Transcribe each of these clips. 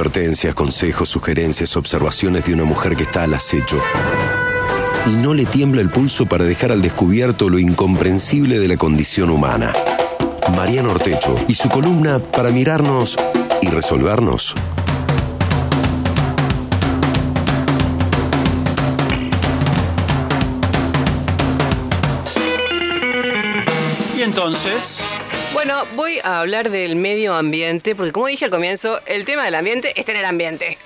Advertencias, consejos, sugerencias, observaciones de una mujer que está al acecho. Y no le tiembla el pulso para dejar al descubierto lo incomprensible de la condición humana. Mariano Ortecho y su columna para mirarnos y resolvernos. Y entonces, Bueno, voy a hablar del medio ambiente, porque como dije al comienzo, el tema del ambiente está en el ambiente.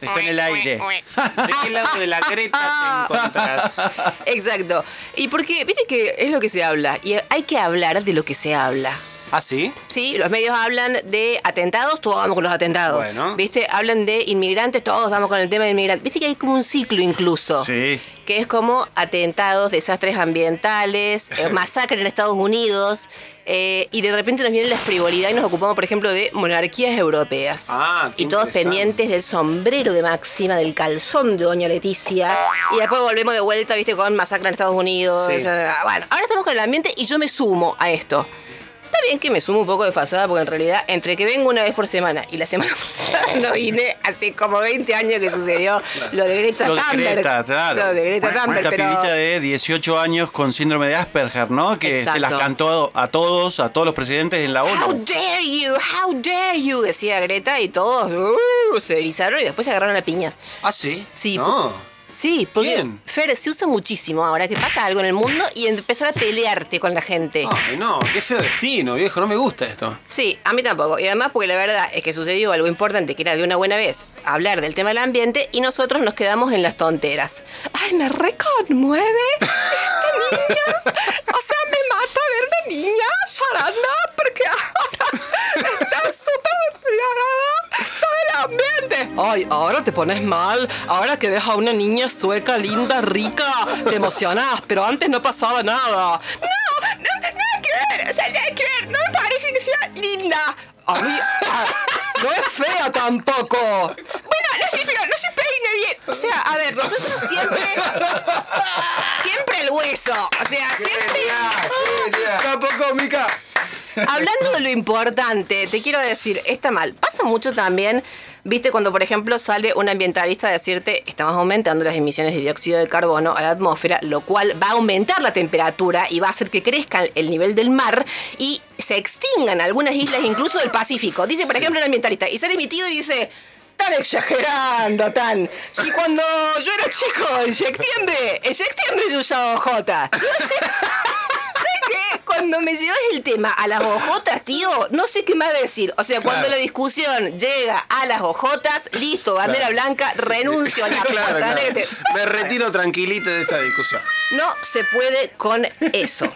está en el aire. ¿De qué lado de la greta te encontrás? Exacto. Y porque, viste que es lo que se habla, y hay que hablar de lo que se habla. ¿Ah, sí? Sí, los medios hablan de atentados, todos vamos con los atentados. Bueno. ¿Viste? Hablan de inmigrantes, todos vamos con el tema de inmigrantes. Viste que hay como un ciclo incluso. Sí. Que es como atentados, desastres ambientales, eh, masacre en Estados Unidos. eh, y de repente nos viene la frivolidad y nos ocupamos, por ejemplo, de monarquías europeas. Ah, qué y todos interesante. pendientes del sombrero de Máxima, del calzón de Doña Leticia. Y después volvemos de vuelta, ¿viste? Con masacre en Estados Unidos. Sí. Bueno, ahora estamos con el ambiente y yo me sumo a esto. Está bien que me sumo un poco desfasada porque en realidad entre que vengo una vez por semana y la semana pasada no vine hace como 20 años que sucedió lo de Greta Lo de Thunberg. Greta, claro. Lo de Greta Thunberg, Esta pero pibita de 18 años con síndrome de Asperger, ¿no? Que se Exacto. las cantó a todos, a todos los presidentes en la How ONU. dare you, how dare you, decía Greta y todos "Uh", se erizaron y después se agarraron a piñas. ¿Ah, sí? Sí, No. Sí, porque ¿Quién? Fer se usa muchísimo ahora que pasa algo en el mundo y empezar a pelearte con la gente. Ay, no, qué feo destino, viejo. No me gusta esto. Sí, a mí tampoco. Y además porque la verdad es que sucedió algo importante que era de una buena vez hablar del tema del ambiente y nosotros nos quedamos en las tonteras. Ay, me reconmueve esta niña. O sea, me mata ver una niña llorando porque ahora está súper llorada todo el ambiente. Ay, ahora te pones mal. Ahora que ves a una niña sueca, linda, rica, te emocionás, pero antes no pasaba nada. No, no, nada que ver. O sea, nada que ver. No me parece que sea linda. A mí ah, no es fea tampoco. Bueno, no sé, pero no se peine bien. O sea, a ver, nosotros siempre. Siempre el hueso. O sea, siempre. Capo Mica. Hablando de lo importante, te quiero decir, está mal. Pasa mucho también, viste, cuando por ejemplo sale un ambientalista a decirte, estamos aumentando las emisiones de dióxido de carbono a la atmósfera, lo cual va a aumentar la temperatura y va a hacer que crezca el nivel del mar y se extingan algunas islas, incluso del Pacífico. Dice, por ejemplo, un ambientalista, y sale emitido y dice... Están exagerando, tan. Si cuando yo era chico, en septiembre, en septiembre yo usaba J. ¿Sabes qué? Cuando me llevas el tema a las ojotas, tío, no sé qué más decir. O sea, cuando la discusión llega a las ojotas, listo, bandera blanca, renuncio a la Claro, puta, claro. nete. Me retiro tranquilita de esta discusión. No se puede con eso.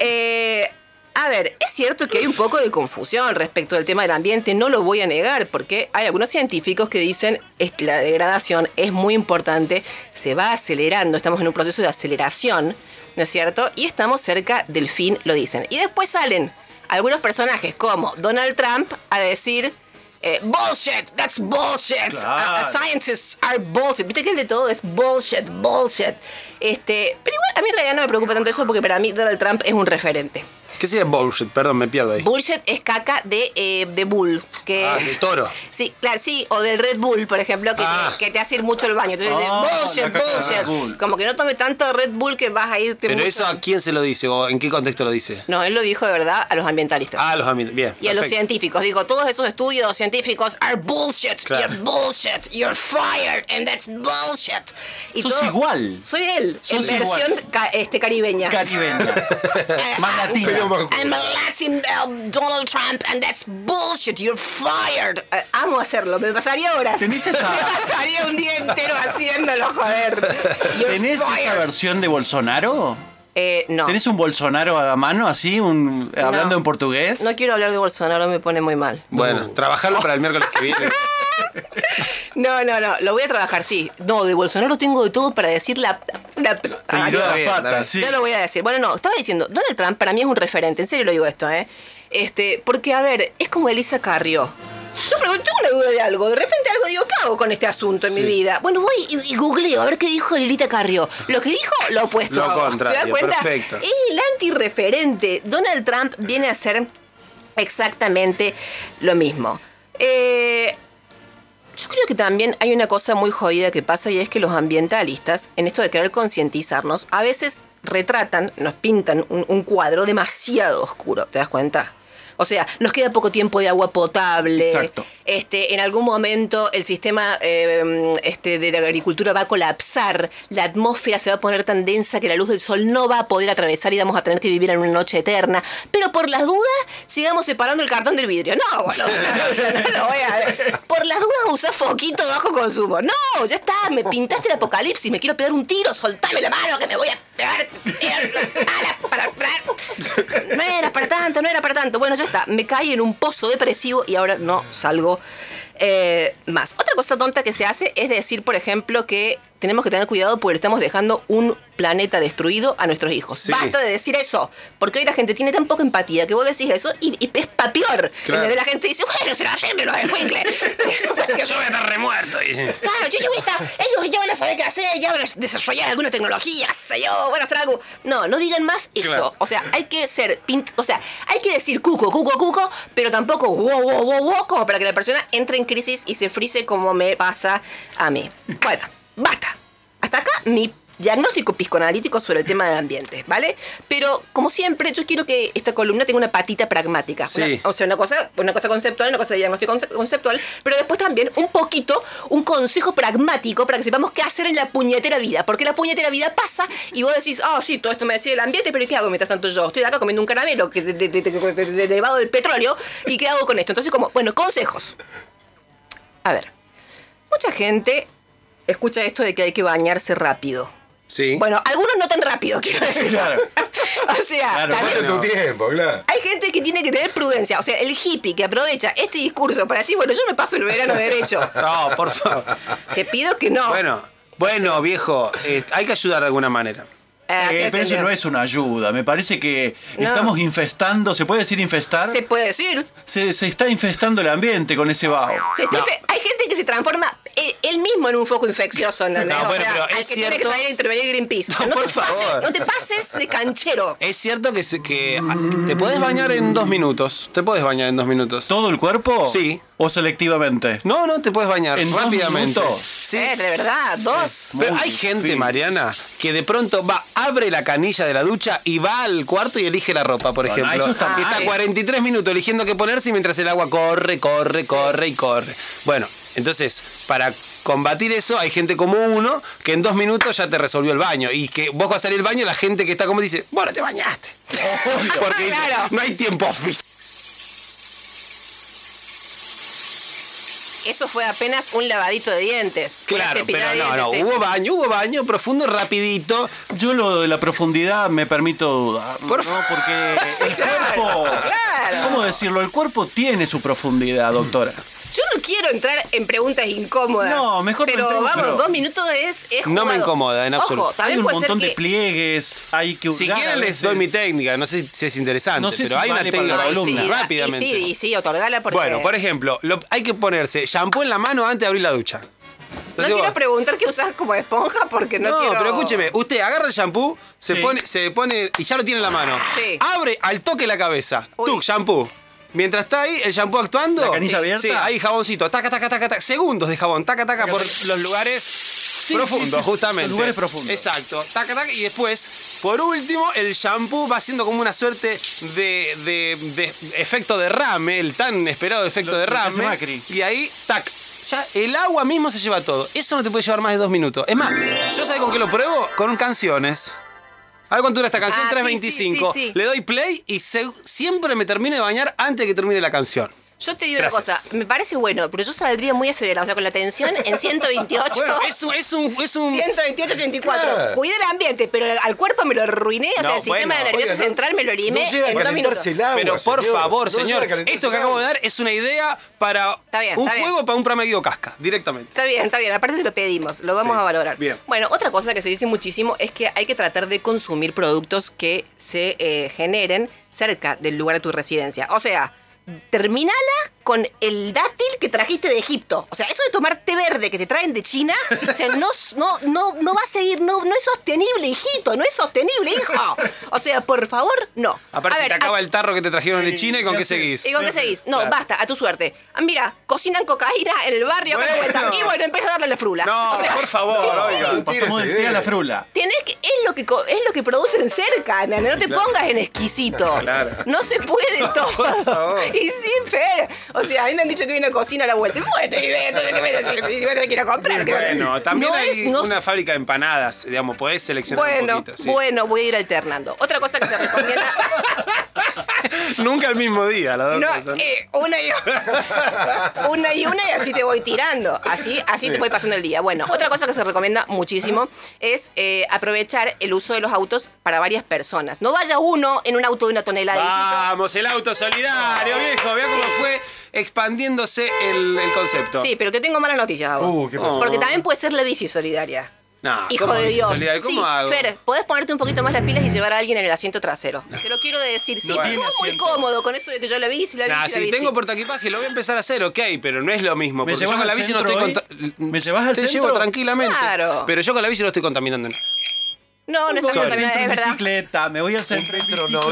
Eh, a ver, es cierto que hay un poco de confusión respecto del tema del ambiente, no lo voy a negar, porque hay algunos científicos que dicen "Es- la degradación es muy importante, se va acelerando, estamos en un proceso de aceleración, ¿no es cierto? Y estamos cerca del fin, lo dicen. Y después salen algunos personajes como Donald Trump a decir... eh, bullshit, that's bullshit. Claro. A- a scientists are bullshit. Viste que el de todo es bullshit, bullshit. Este, pero igual a mí en realidad no me preocupa tanto eso porque para mí Donald Trump es un referente. ¿Qué sería bullshit? Perdón, me pierdo ahí. Bullshit es caca de, eh, de bull. Que... Ah, de toro. Sí, claro, sí, o del Red Bull, por ejemplo, que, Ah. que te hace ir mucho al baño. Entonces dices, Ah, la bullshit, caca de bullshit. Red Bull. Como que no tome tanto Red Bull que vas a irte Pero mucho. eso a quién se lo dice o en qué contexto lo dice? No, él lo dijo de verdad a los ambientalistas. Ah, los amigos. Bien. Y a los perfecto. científicos, digo, todos esos estudios científicos are bullshit, Claro. you're bullshit, you're fired, and that's bullshit. Y Sos todo- igual. Soy él, Sos en igual. versión ca- este, caribeña. Caribeña. Eh, Más latina. I'm a Latin um, Donald Trump, and that's bullshit, you're fired. Eh, amo hacerlo, me pasaría horas. Tenés esa- Me pasaría un día entero haciéndolo, joder. You're ¿Tenés esa fired. versión de Bolsonaro? Eh, no. ¿Tenés un Bolsonaro a la mano así, un- hablando en portugués? No quiero hablar de Bolsonaro, me pone muy mal. Bueno, trabajarlo para el miércoles que viene. No, no, no, lo voy a trabajar, sí. No, de Bolsonaro tengo de todo para decir la... la- Te Ah, tiró no. la bien, pata, está bien. sí. Ya lo voy a decir. Bueno, no, estaba diciendo, Donald Trump para mí es un referente, en serio lo digo esto, ¿eh? Este, porque, a ver, es como Elisa Carrió. Yo pregunté una duda de algo, de repente algo digo, ¿qué hago con este asunto en mi vida? Bueno, voy y, y googleo a ver qué dijo Lilita Carrió. Lo que dijo, lo opuesto. Lo ¿Te das contrario, cuenta? perfecto. Es el antirreferente. Donald Trump viene a ser exactamente lo mismo. Eh, yo creo que también hay una cosa muy jodida que pasa y es que los ambientalistas, en esto de querer concientizarnos, a veces retratan, nos pintan un, un cuadro demasiado oscuro, ¿te das cuenta? O sea, nos queda poco tiempo de agua potable. Exacto. Este, en algún momento el sistema eh, este, de la agricultura va a colapsar, la atmósfera se va a poner tan densa que la luz del sol no va a poder atravesar y vamos a tener que vivir en una noche eterna. Pero por las dudas, sigamos separando el cartón del vidrio. No, boludo, o sea, no lo voy a- Por las dudas, usa foquito de bajo consumo. No, ya está, me pintaste el apocalipsis, me quiero pegar un tiro, soltame la mano que me voy a pegar. eh, Ala, para- para- No era para tanto, no era para tanto. Bueno, ya está, me caí en un pozo depresivo y ahora no salgo eh, más. Otra cosa tonta que se hace es decir, por ejemplo, que tenemos que tener cuidado porque le estamos dejando un planeta destruido a nuestros hijos. Sí. Basta de decir eso, porque hoy la gente tiene tan poca empatía que vos decís eso y, y es pa' peor. Claro. Entonces La gente dice, bueno, se la lleven los escuincles. Porque- Yo voy a estar remuerto, dice. Claro, yo, yo voy a estar, ellos ya van a saber qué hacer, ya van a desarrollar alguna tecnología, qué sé yo, van a hacer algo. No, no digan más eso. Claro. O sea, hay que ser, pint- o sea, hay que decir cuco, cuco, cuco, pero tampoco wow, wow, wow, wow, como para que la persona entre en crisis y se frise como me pasa a mí. Bueno, basta. Hasta acá mi diagnóstico psicoanalítico sobre el tema del ambiente, ¿vale? Pero como siempre, yo quiero que esta columna tenga una patita pragmática. Sí. Una- o sea, una cosa, una cosa conceptual, una cosa de diagnóstico conce- conceptual, pero después también un poquito, un consejo pragmático para que sepamos qué hacer en la puñetera vida. Porque la puñetera vida pasa y vos decís, ah, sí, todo esto me decía el ambiente, pero ¿y qué hago mientras tanto yo? Estoy acá comiendo un caramelo que de- de- de- de- de- de- derivado del petróleo y ¿qué hago con esto? Entonces, como, bueno, consejos. A ver, mucha gente escucha esto de que hay que bañarse rápido. Sí. Bueno, algunos no tan rápido, quiero decir. Claro. o sea, Claro, también- Tómate tu tiempo, claro. hay gente que tiene que tener prudencia. O sea, el hippie que aprovecha este discurso para decir, bueno, yo me paso el verano derecho. No, por favor. Te pido que no. Bueno, bueno, viejo, eh, hay que ayudar de alguna manera. Ah, Eh, ¿qué pero eso señor? no es una ayuda. Me parece que No. estamos infestando. ¿Se puede decir infestar? Se Se, puede decir. se está infestando el ambiente con ese bajo. Se está infe- Hay gente que se transforma él, él mismo en un foco infeccioso, ¿entendés? No, O bueno, sea, pero al es que tiene que cierto- salir a intervenir Greenpeace. O sea, No, No, por te pases, favor. no te pases de canchero. Es cierto que, se- que ah, te podés bañar en dos minutos. Te podés bañar en dos minutos. ¿Todo el cuerpo? Sí. ¿O selectivamente? No, no, te puedes bañar ¿En dos rápidamente. minutos? Sí. Eh, de verdad, dos. Pero Muy hay gente, difícil. Mariana, que de pronto va, abre la canilla de la ducha y va al cuarto y elige la ropa, por Bueno, ejemplo. eso está y mal. está 43 minutos eligiendo qué ponerse y mientras el agua corre, corre, corre y corre. Bueno, entonces, para combatir eso, hay gente como uno que en dos minutos ya te resolvió el baño. Y que vos vas a salir del baño, la gente que está como dice, bueno, te bañaste. Porque dice, Claro. no hay tiempo físico. Eso fue apenas un lavadito de dientes. Una Claro, cepillada pero de no, no. dientes. Hubo baño, hubo baño profundo, rapidito. Yo lo de la profundidad me permito dudar, Por ¿no? Porque el claro, cuerpo, claro. ¿cómo decirlo? El cuerpo tiene su profundidad, doctora. Yo no quiero entrar en preguntas incómodas. No, mejor no Pero entremos, vamos, pero- dos minutos es. es No me jugado. incomoda, en absoluto. Ojo, Hay también un puede ser montón de que- pliegues, hay que Si hurgar a quieren les veces. doy mi técnica, no sé si es interesante, No sé pero si hay vale una para técnica la Ay, columna. sí, da- rápidamente. Y sí, y sí, otorgala porque. Bueno, por ejemplo, lo- hay que ponerse shampoo en la mano antes de abrir la ducha. No Entonces quiero vos- preguntar qué usas como esponja porque no, No, quiero. pero escúcheme, usted agarra el shampoo, se, Sí. pone, se pone y ya lo tiene en la mano. Sí. Abre al toque la cabeza. Uy. Tú, shampoo. Mientras está ahí, el shampoo actuando. ¿La canilla abierta? Sí, ahí jaboncito. Taca, taca, taca, taca. Segundos de jabón. Taca, taca, por los lugares sí, profundos, sí, justamente. los lugares profundos. Exacto. Taca, taca. Y después, por último, el shampoo va haciendo como una suerte de, de- de efecto derrame, el tan esperado efecto Lo- lo que hace derrame. Macri. Y ahí, tac. Ya el agua mismo se lleva todo. Eso no te puede llevar más de dos minutos. Es más, yo sabes con qué lo pruebo? Con canciones. A ver cuánto dura esta canción, Ah, sí, 3.25. sí, sí, sí. Le doy play y se- siempre me termino de bañar antes de que termine la canción. Yo te digo una Gracias. cosa, me parece bueno, pero yo saldría muy acelerado, o sea, con la tensión en 128. Bueno, es un... Es un, es un 128, 84. Claro. Cuida el ambiente, pero al cuerpo me lo arruiné, o sea, No, el sistema bueno. nervioso Oiga, no- central me lo orimé no llega a en dos minutos. calentarse el agua, Pero por señor. favor, No llega a señor, calentarse esto que el acabo de agua. dar es una idea para Está bien, un está bien. juego para un programa de Guido Casca, directamente. Está bien, está bien. Aparte te lo pedimos, lo vamos Sí, a valorar. bien. Bueno, otra cosa que se dice muchísimo es que hay que tratar de consumir productos que se eh, generen cerca del lugar de tu residencia. O sea, terminala con el dátil que trajiste de Egipto. O sea, eso de tomar té verde que te traen de China, o sea, no, no, no, no va a seguir, no, no es sostenible, hijito, no es sostenible, hijo. O sea, por favor, no. Aparte, A se ver, te acaba a- el tarro que te trajeron de China y con qué seguís. ¿Y con qué seguís? No, basta, a tu suerte. Ah, Mira, cocinan cocaína en el barrio acá en Bueno. Cuenca. y bueno, empieza a darle la frula. No, O sea, por favor, oiga. Pasamos tírese, del té a la eh. frula. Tenés que, es lo que co- es lo que producen cerca, nene, no te pongas en exquisito. Claro. No se puede todo. y sin Fer. O sea, a mí me han dicho que hay una cocina a la vuelta. Y Bueno, y ve, entonces, ¿qué voy a hacer? Y voy a tener que ir a comprar. ¿qué voy a hacer? Bueno, también No hay es- no- una fábrica de empanadas, digamos, podés seleccionar Bueno, un poquito. sí. bueno, voy a ir alternando. Otra cosa que se recomienda. Nunca el mismo día, las dos No, cosas, ¿no? eh, una y una y una y así te voy tirando. Así, así te voy pasando el día. Bueno, otra cosa que se recomienda muchísimo es eh, aprovechar el uso de los autos para varias personas. No vaya uno en un auto de una tonelada. hijito. Vamos, el auto solidario, viejo. Vea cómo fue expandiéndose el, el concepto. Sí, pero te tengo malas noticias a vos. Uh, ¿qué pasó? Porque también puede ser la bici solidaria. No, Hijo ¿cómo de bici Dios. solidaria? ¿Cómo sí, hago? Fer, podés ponerte un poquito más las pilas y llevar a alguien en el asiento trasero. Te lo quiero decir. Sí, Bueno. estuvo muy Asiento. cómodo con eso de que yo la bici, la bici, Nah, la si bici. tengo portaequipaje, lo voy a empezar a hacer, ok, pero no es lo mismo. ¿Me Porque yo llevas con la al bici no centro estoy hoy? conta- ¿Me llevas al Te centro? llevo tranquilamente. Claro. Pero yo con la bici no estoy contaminando nada. No, no está Sorry. centro contaminada, es en verdad. bicicleta, me voy al centro en metro bicicleta.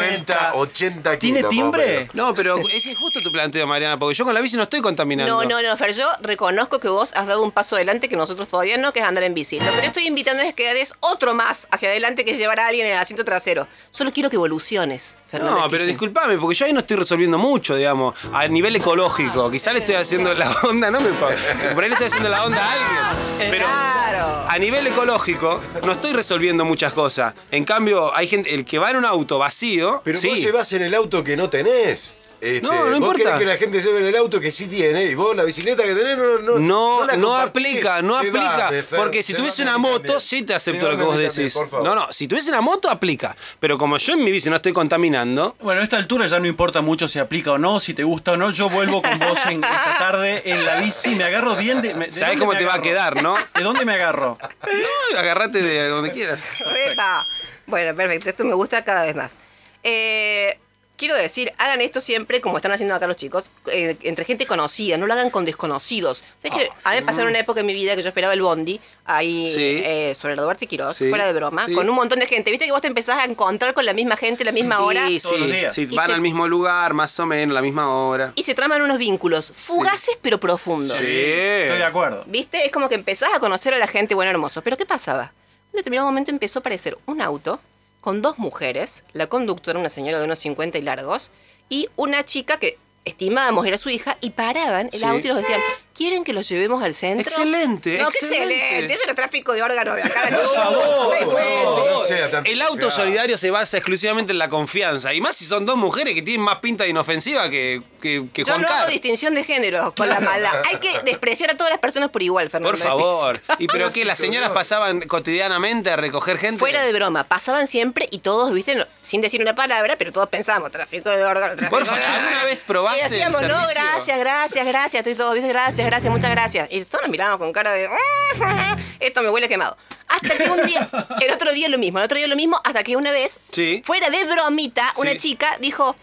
90, 80 ¿Tiene kilos, más o timbre? menos. No, pero es injusto tu planteo, Mariana, porque yo con la bici no estoy contaminando. No, no, no, Fer, yo reconozco que vos has dado un paso adelante que nosotros todavía no, que es andar en bici. Lo que te estoy invitando es que des otro más hacia adelante que es llevar a alguien en el asiento trasero. Solo quiero que evoluciones, Fernando. No, pero disculpame, porque yo ahí no estoy resolviendo mucho, digamos, a nivel ecológico. Quizá le estoy haciendo la onda, no me pa- Por ahí le estoy haciendo la onda a alguien. Pero Claro. a nivel ecológico no estoy resolviendo muchas cosas. En cambio, hay gente, el que va en un auto vacío, Pero sí. vos llevas en el auto que no tenés. Este, No, no vos importa. querés que la gente lleve en el auto que sí tiene y vos la bicicleta que tenés no No, No, la no compartís. aplica, no Llévame, aplica. Fer, porque si llévame tuviese a una mí moto, también. sí te acepto lo Llévame que vos a mí también, decís. por favor. no, no, si tuviese una moto, aplica. Pero como yo en mi bici no estoy contaminando, Bueno, a esta altura ya no importa mucho si aplica o no, si te gusta o no. Yo vuelvo con vos en, esta tarde en la bici, me agarro bien de. me- ¿de dónde sabés cómo me te va a agarro? quedar, ¿no? ¿De dónde me agarro? No, agarrate de donde quieras. Repa. Bueno, perfecto. Esto me gusta cada vez más. Eh, quiero decir, hagan esto siempre como están haciendo acá los chicos, eh, entre gente conocida, no lo hagan con desconocidos. ¿Sabes que a mí me pasó en una época en mi vida que yo esperaba el bondi ahí Sí. eh, sobre la Duarte y Quirós, Sí. fuera de broma, Sí. con un montón de gente. Viste que vos te empezás a encontrar con la misma gente, la misma hora. Y Todos los sí, días. si Y van se- al mismo lugar, más o menos, la misma hora. Y se traman unos vínculos fugaces pero profundos. Estoy de acuerdo. ¿Viste? Es como que empezás a conocer a la gente, bueno, hermoso. Pero ¿qué pasaba? En determinado momento empezó a aparecer un auto con dos mujeres, la conductora, una señora de unos 50 y largos, y una chica que estimábamos era su hija, y paraban el Sí. auto y nos decían, ¿quieren que los llevemos al centro? Excelente, no, excelente. ¡Qué excelente! Eso era tráfico de órganos de acá. ¡Por no sea tan- El auto solidario se basa exclusivamente en la confianza. Y más si son dos mujeres que tienen más pinta de inofensiva que, que, que Yo Juan no hago Carlos. distinción de género con la maldad. Hay que despreciar a todas las personas por igual, Fernando. Por favor. ¿Y pero qué? ¿Las Sí, señoras señor. pasaban cotidianamente a recoger gente? Fuera de broma, pasaban siempre y todos, viste, No- sin decir una palabra, pero todos pensábamos, tráfico de órganos, tráfico Por favor, de órganos. ¿alguna vez probaste Y decíamos, el no, servicio? gracias, gracias, gracias, estoy todo, viste, gracias, gracias, muchas gracias. Y todos nos mirábamos con cara de, "Ah, esto me huele quemado. Hasta que un día, el otro día lo mismo, el otro día lo mismo, hasta que una vez, Sí. fuera de bromita, una Sí. chica dijo,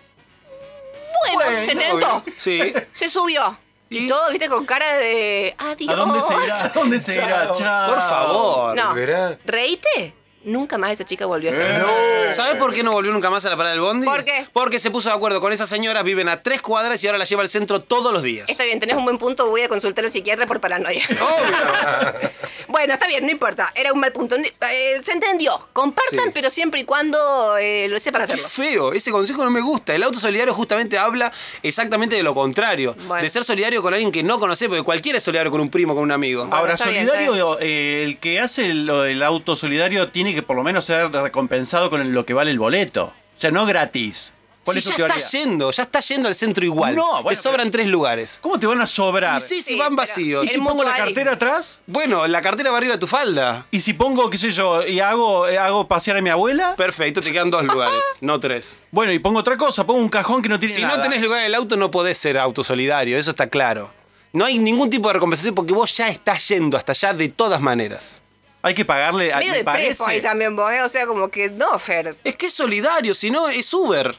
bueno, se tentó, Sí. se subió. Y, Y- todo, viste, con cara de, adiós. ¿A dónde se irá? ¿A dónde se irá? Chao. Chao. Por favor. No, Volverá. reíte. Nunca más esa chica volvió a estar. ¿Sabes por qué Eh. no volvió nunca más a la parada del bondi? ¿Por qué? Porque se puso de acuerdo con esas señoras, viven a tres cuadras y ahora las lleva al centro todos los días. Está bien, tenés un buen punto, voy a consultar al psiquiatra por paranoia. bueno, está bien, no importa, era un mal punto. Ni- eh, se entendió, compartan, Sí. pero siempre y cuando eh, lo sepan Qué hacerlo. feo, ese consejo no me gusta. El auto solidario justamente habla exactamente de lo contrario. Bueno. De ser solidario con alguien que no conoce, porque cualquiera es solidario con un primo, con un amigo. Bueno, Ahora, está bien, solidario, eh, el que hace lo del auto solidario tiene que por lo menos ser recompensado con lo que vale el boleto. O sea, no gratis. ¿Cuál Si es ya tu está teoría? yendo, ya está yendo al centro igual. No, bueno, Te pero- sobran tres lugares. ¿Cómo te van a sobrar? Y sí, si Sí, van pero- vacíos. ¿Y ¿Y el si pongo mundo la ahí? cartera atrás? Bueno, la cartera va arriba de tu falda. ¿Y si pongo, qué sé yo, y hago, eh, hago pasear a mi abuela? Perfecto, te quedan dos lugares, no tres. Bueno, y pongo otra cosa, pongo un cajón que no tiene Si nada. no tenés lugar en el auto, no podés ser autosolidario, eso está claro. No hay ningún tipo de recompensación porque vos ya estás yendo hasta allá de todas maneras. Hay que pagarle, a Medio de prepo ahí también vos, eh, o sea, como que no, Fer. Es que es solidario, si no es Uber.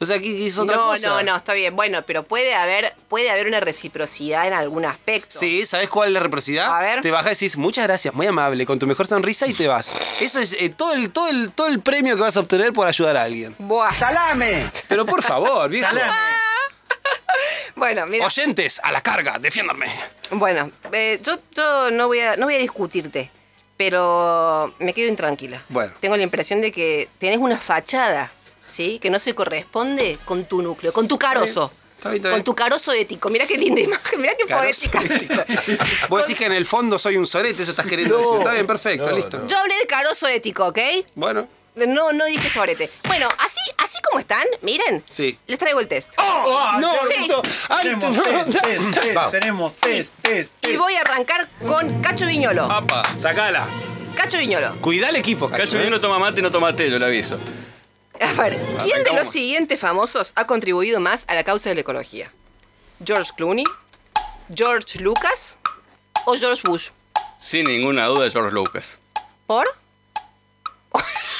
O sea, aquí hizo otra No, cosa. no, no, está bien. Bueno, pero puede haber, puede haber una reciprocidad en algún aspecto. Sí, ¿sabes cuál es la reciprocidad? A ver. Te bajas y decís, muchas gracias, muy amable, con tu mejor sonrisa y te vas. Eso es eh, todo, el, todo, el, todo el premio que vas a obtener por ayudar a alguien. Buah. Pero por favor, viejo. Bueno, mira. Oyentes, a la carga, defiéndanme. Bueno, eh, yo, yo no, voy a, no voy a discutirte, pero me quedo intranquila. Bueno. Tengo la impresión de que tenés una fachada, ¿sí? Que no se corresponde con tu núcleo, con tu carozo. Está bien, está bien. Con tu carozo ético. Mira qué linda imagen, mira qué Carozo poética. Vos decís que en el fondo soy un sorete, eso estás queriendo No. decir. Está bien, perfecto, No, listo. Yo hablé de carozo ético, ¿ok? Bueno. No, no dije sobrete. Bueno, así, así como están, miren. Sí. Les traigo el test. ah, ¡Oh! ¡No, sí. Roberto! ¡Ay, Tenemos no! test, test, test, Vamos. tenemos test, test, Y test. Ah. voy a arrancar con Cacho Viñolo. Apa, sacala. Cacho Viñolo. Cuidá el equipo, Cacho. ¿eh? Cacho, yo no toma mate, no toma té, yo le aviso. A ver, ¿quién de los Arrancamos. siguientes famosos ha contribuido más a la causa de la ecología? ¿George Clooney? ¿George Lucas? ¿O George Bush? Sin ninguna duda, George Lucas. ¿Por?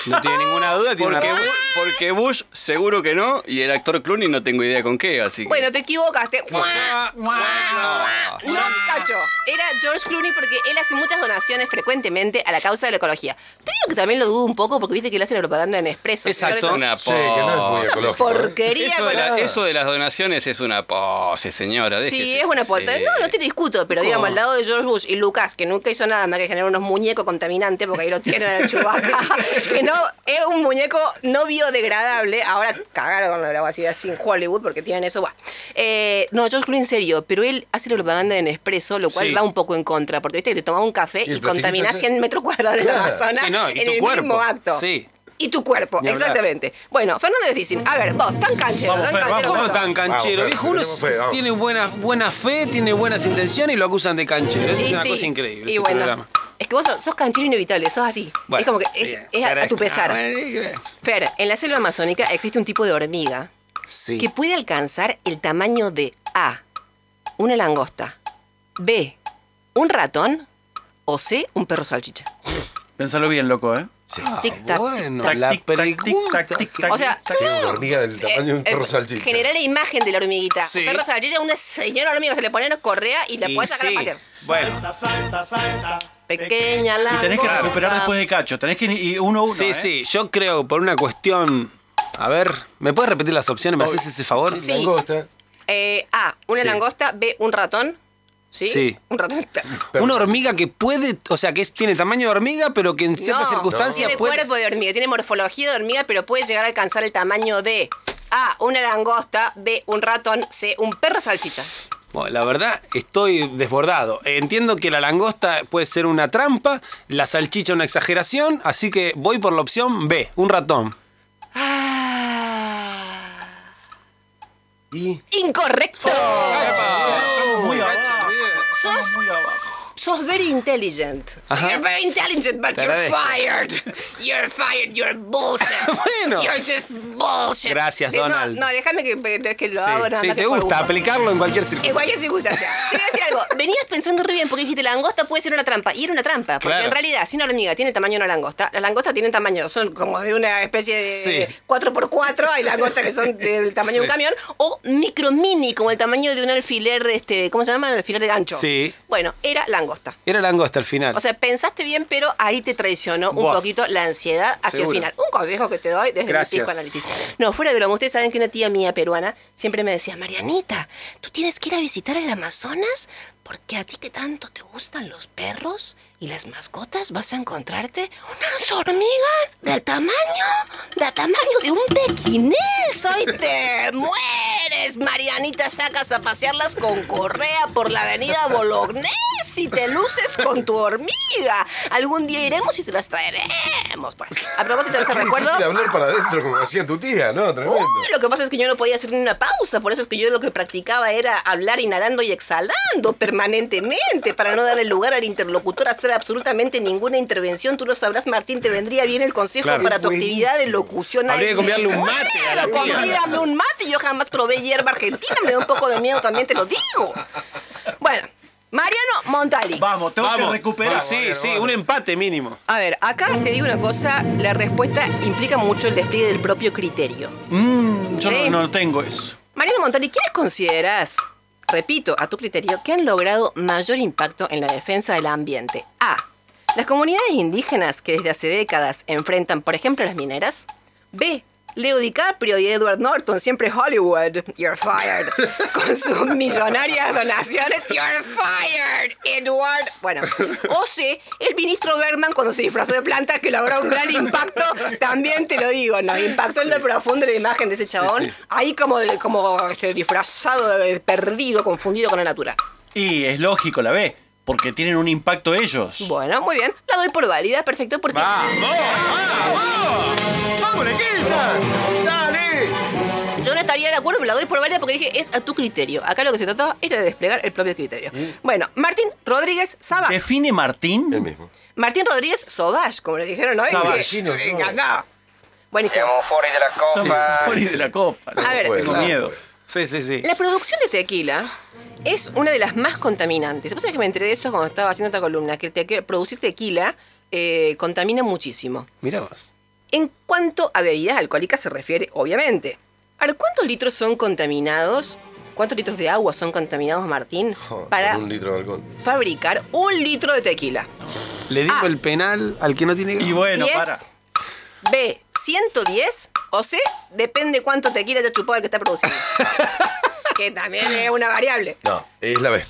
No tiene ninguna duda, tiene Porque, una... Bu- porque Bush seguro que no, y el actor Clooney no tengo idea con qué, así que... Bueno, te equivocaste. ¡Guau! Ah, No, cacho. Era George Clooney porque él hace muchas donaciones frecuentemente a la causa de la ecología. Te digo que también lo dudo un poco porque viste que le hace la propaganda en Expreso. es Exacto. una Sí, que no es muy Oh. pos- ecológico. Porquería ¿eh? Eso de, con la- la- eso de las donaciones es una pose, señora. Sí, déjese. es una puerta. Sí. No, no te discuto, pero digamos, al lado de George Bush y Lucas, que nunca hizo nada más que generar unos muñecos contaminantes, porque ahí lo tienen el chubaca, que no, es un muñeco no biodegradable. Ahora cagaron con la grabacidad sin Hollywood, porque tienen eso. va. Eh, no, George Clooney en serio, pero él hace la propaganda en expreso, lo cual Sí. va un poco en contra, porque viste que te tomaba un café Y el y, contaminás plastiquito ese. 100 metros cuadrados en la Claro. Amazonas Sí, no, y en tu el cuerpo. mismo acto. Sí. Y tu cuerpo, Ni hablar. exactamente. Bueno, Fernández Dicin, a ver, vos, tan canchero, Vamos, tan Fer, canchero. vamos. ¿Cómo vos. tan canchero? Vamos, Viejo, uno tenemos fe, vamos. tiene buena, buena fe, tiene buenas intenciones y lo acusan de canchero. Es Y una sí, cosa increíble. Y este bueno, programa. es que vos sos, sos canchero inevitable, sos así. Bueno, es como que bien, es, es a- a, carajo. tu pesar. Ah, eh, Fer, en la selva amazónica existe un tipo de hormiga Sí. que puede alcanzar el tamaño de A, una langosta, B, un ratón o C, un perro salchicha. Pensalo bien, loco, ¿eh? Ah, tic, tac, bueno, Tac, la tic, tac, tic, pregunta. tac, tic, tac. O sea, Sí, una hormiga Eh, del tamaño de un perro salchicha. Generar la imagen de la hormiguita. Sí. Un perro salchicha, una señora hormiga se le pone una correa y la Y puede sacar sí. a pasear. Bueno, Pequeña Y langosta. tenés que recuperar después de Cacho. Tenés que ir uno a uno. Ah, sí, ¿eh? sí, yo creo por una cuestión. A ver, ¿me puedes repetir las opciones? ¿Me haces ese favor? Sí. Langosta. Eh, A, una langosta, B, un ratón. ¿Sí? Sí. Un ratón. Una hormiga que puede, o sea, que es- tiene tamaño de hormiga, pero que en ciertas No, circunstancias tiene puede. cuerpo de hormiga, tiene morfología de hormiga, pero puede llegar a alcanzar el tamaño de A, una langosta, B, un ratón, C, un perro salchicha. Bueno, la verdad, estoy desbordado. Entiendo que la langosta puede ser una trampa, la salchicha una exageración, así que voy por la opción B, un ratón. Ah. ¡Incorrecto! Estamos muy abajo. sos, Estamos muy abajo. sos very intelligent. So Ajá. you're very intelligent, but Te you're agradezco. fired. You're fired, you're bullshit. Bueno. You're just bullshit. Gracias, Eh, no, Donald. No, déjame que, que lo Sí, hago. nada sí, más te que por gusta gusto. aplicarlo en cualquier En circunstancia. cualquier circunstancia. Te voy a decir algo. Venías pensando re bien porque dijiste la langosta puede ser una trampa. Y era una trampa. Porque Claro. en realidad, si una hormiga tiene tamaño de una langosta, las langostas tienen tamaño, son como de una especie de Sí. 4x4. Hay langostas que son del tamaño de un Sí. camión. O micro mini, como el tamaño de un alfiler, este, ¿cómo se llama? Un alfiler de gancho. Sí. Bueno, era langosta. Era langosta al final. O sea, pensaste bien, pero ahí te traicionó un Buah. poquito la ansiedad hacia Seguro. el final. Un consejo que te doy desde Gracias. el psicoanálisis. No, fuera de broma, ustedes saben que una tía mía peruana siempre me decía, Marianita, tú tienes que ir a visitar el Amazonas porque a ti que tanto te gustan los perros y las mascotas vas a encontrarte unas hormigas del tamaño, del tamaño de un pequinés. Hoy te mueres, Marianita, sacas a pasearlas con correa por la avenida Bolognesi y te luces con tu hormiga. Algún día iremos y te las traeremos. Bueno, a propósito de ese Qué recuerdo... difícil hablar para adentro como hacía tu tía, ¿no? Tremendo. Uy, lo que pasa es que yo no podía hacer ni una pausa, por eso es que yo lo que practicaba era hablar inhalando y exhalando permanentemente para no darle lugar al interlocutor a hacer absolutamente ninguna intervención. Tú lo sabrás, Martín, te vendría bien el consejo Claro. para tu Buenísimo. actividad de locución. Habría que convidarle un mate a la Claro, tía. convídame un mate. Yo jamás probé hierba argentina, me da un poco de miedo, también te lo digo. Bueno. Mariano Montali. Vamos, tengo Vamos. que recuperar. Sí, sí, un empate mínimo. A ver, acá te digo una cosa, la respuesta implica mucho el despliegue del propio criterio. Mm, yo Sí. no, no tengo eso. Mariano Montali, ¿quiénes consideras, repito, a tu criterio, que han logrado mayor impacto en la defensa del ambiente? A. Las comunidades indígenas que desde hace décadas enfrentan, por ejemplo, las mineras. B. Leo DiCaprio y Edward Norton, siempre Hollywood, you're fired. Con sus millonarias donaciones, you're fired, Edward. Bueno, o C, el ministro Bergman cuando se disfrazó de planta que logró un gran impacto, también te lo digo, nos impactó en lo profundo la imagen de ese chabón, ahí como, de- como este, disfrazado, de perdido, confundido con la natura. Y es lógico, la B, porque tienen un impacto ellos. Bueno, muy bien, la doy por válida, perfecto, porque... ¡Vamos, ¡Dale! Yo no estaría de acuerdo, pero la doy por válida porque dije, es a tu criterio. Acá lo que se trataba era de desplegar el propio criterio. Bueno, Martín Rodríguez Saba. ¿Define Martín? El mismo. Martín Rodríguez Sobash, como le dijeron hoy. Sobash. que- Chino, Venga, Sobash. acá. Buenísimo. de la Son Boris de la copa. A ver, tengo claro. miedo. Sí, sí, sí. La producción de tequila es una de las más contaminantes. Pasa que me enteré de eso cuando estaba haciendo otra columna, que el teque- producir tequila eh, contamina muchísimo. Mirá vos. En cuanto a bebidas alcohólicas se refiere, obviamente. Ahora, ¿cuántos litros son contaminados? ¿Cuántos litros de agua son contaminados, Martín? para Con un litro de balcón. fabricar un litro de tequila. Le digo Ah. el penal al que no tiene Y bueno, 10, para. B, 110 o C, depende cuánto tequila haya chupado el que está produciendo. que también es una variable. No, es la B.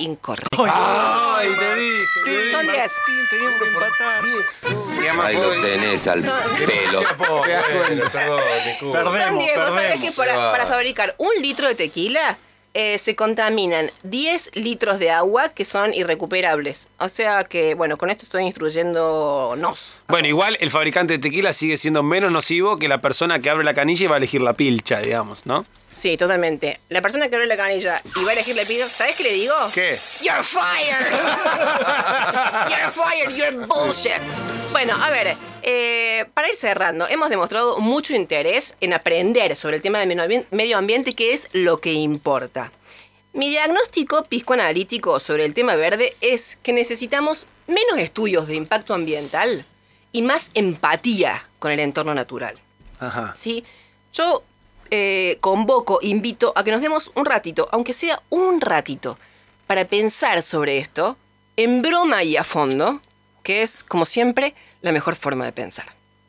Incorrecto. ¡Ay, te dije! Son 10. Se llama Ahí lo tenés al Son- pelo. Son Perdemos, 10. Vos sabés que perdemos. para, Ah. para fabricar un litro de tequila eh, se contaminan 10 litros de agua que son irrecuperables. O sea que, bueno, con esto estoy instruyéndonos. Bueno, igual el fabricante de tequila sigue siendo menos nocivo que la persona que abre la canilla y va a elegir la pilcha, digamos, ¿no? Sí, totalmente. La persona que abre la canilla y va a elegir la pizza, ¿sabes qué le digo? ¿Qué? You're fired. you're fired, you're bullshit. Bueno, a ver, eh, para ir cerrando, hemos demostrado mucho interés en aprender sobre el tema del medio ambien- medio ambiente, que es lo que importa. Mi diagnóstico piscoanalítico sobre el tema verde es que necesitamos menos estudios de impacto ambiental y más empatía con el entorno natural. Ajá. ¿sí? Yo eh, convoco, invito a que nos demos un ratito, aunque sea un ratito, para pensar sobre esto en broma y a fondo, que es, como siempre, la mejor forma de pensar.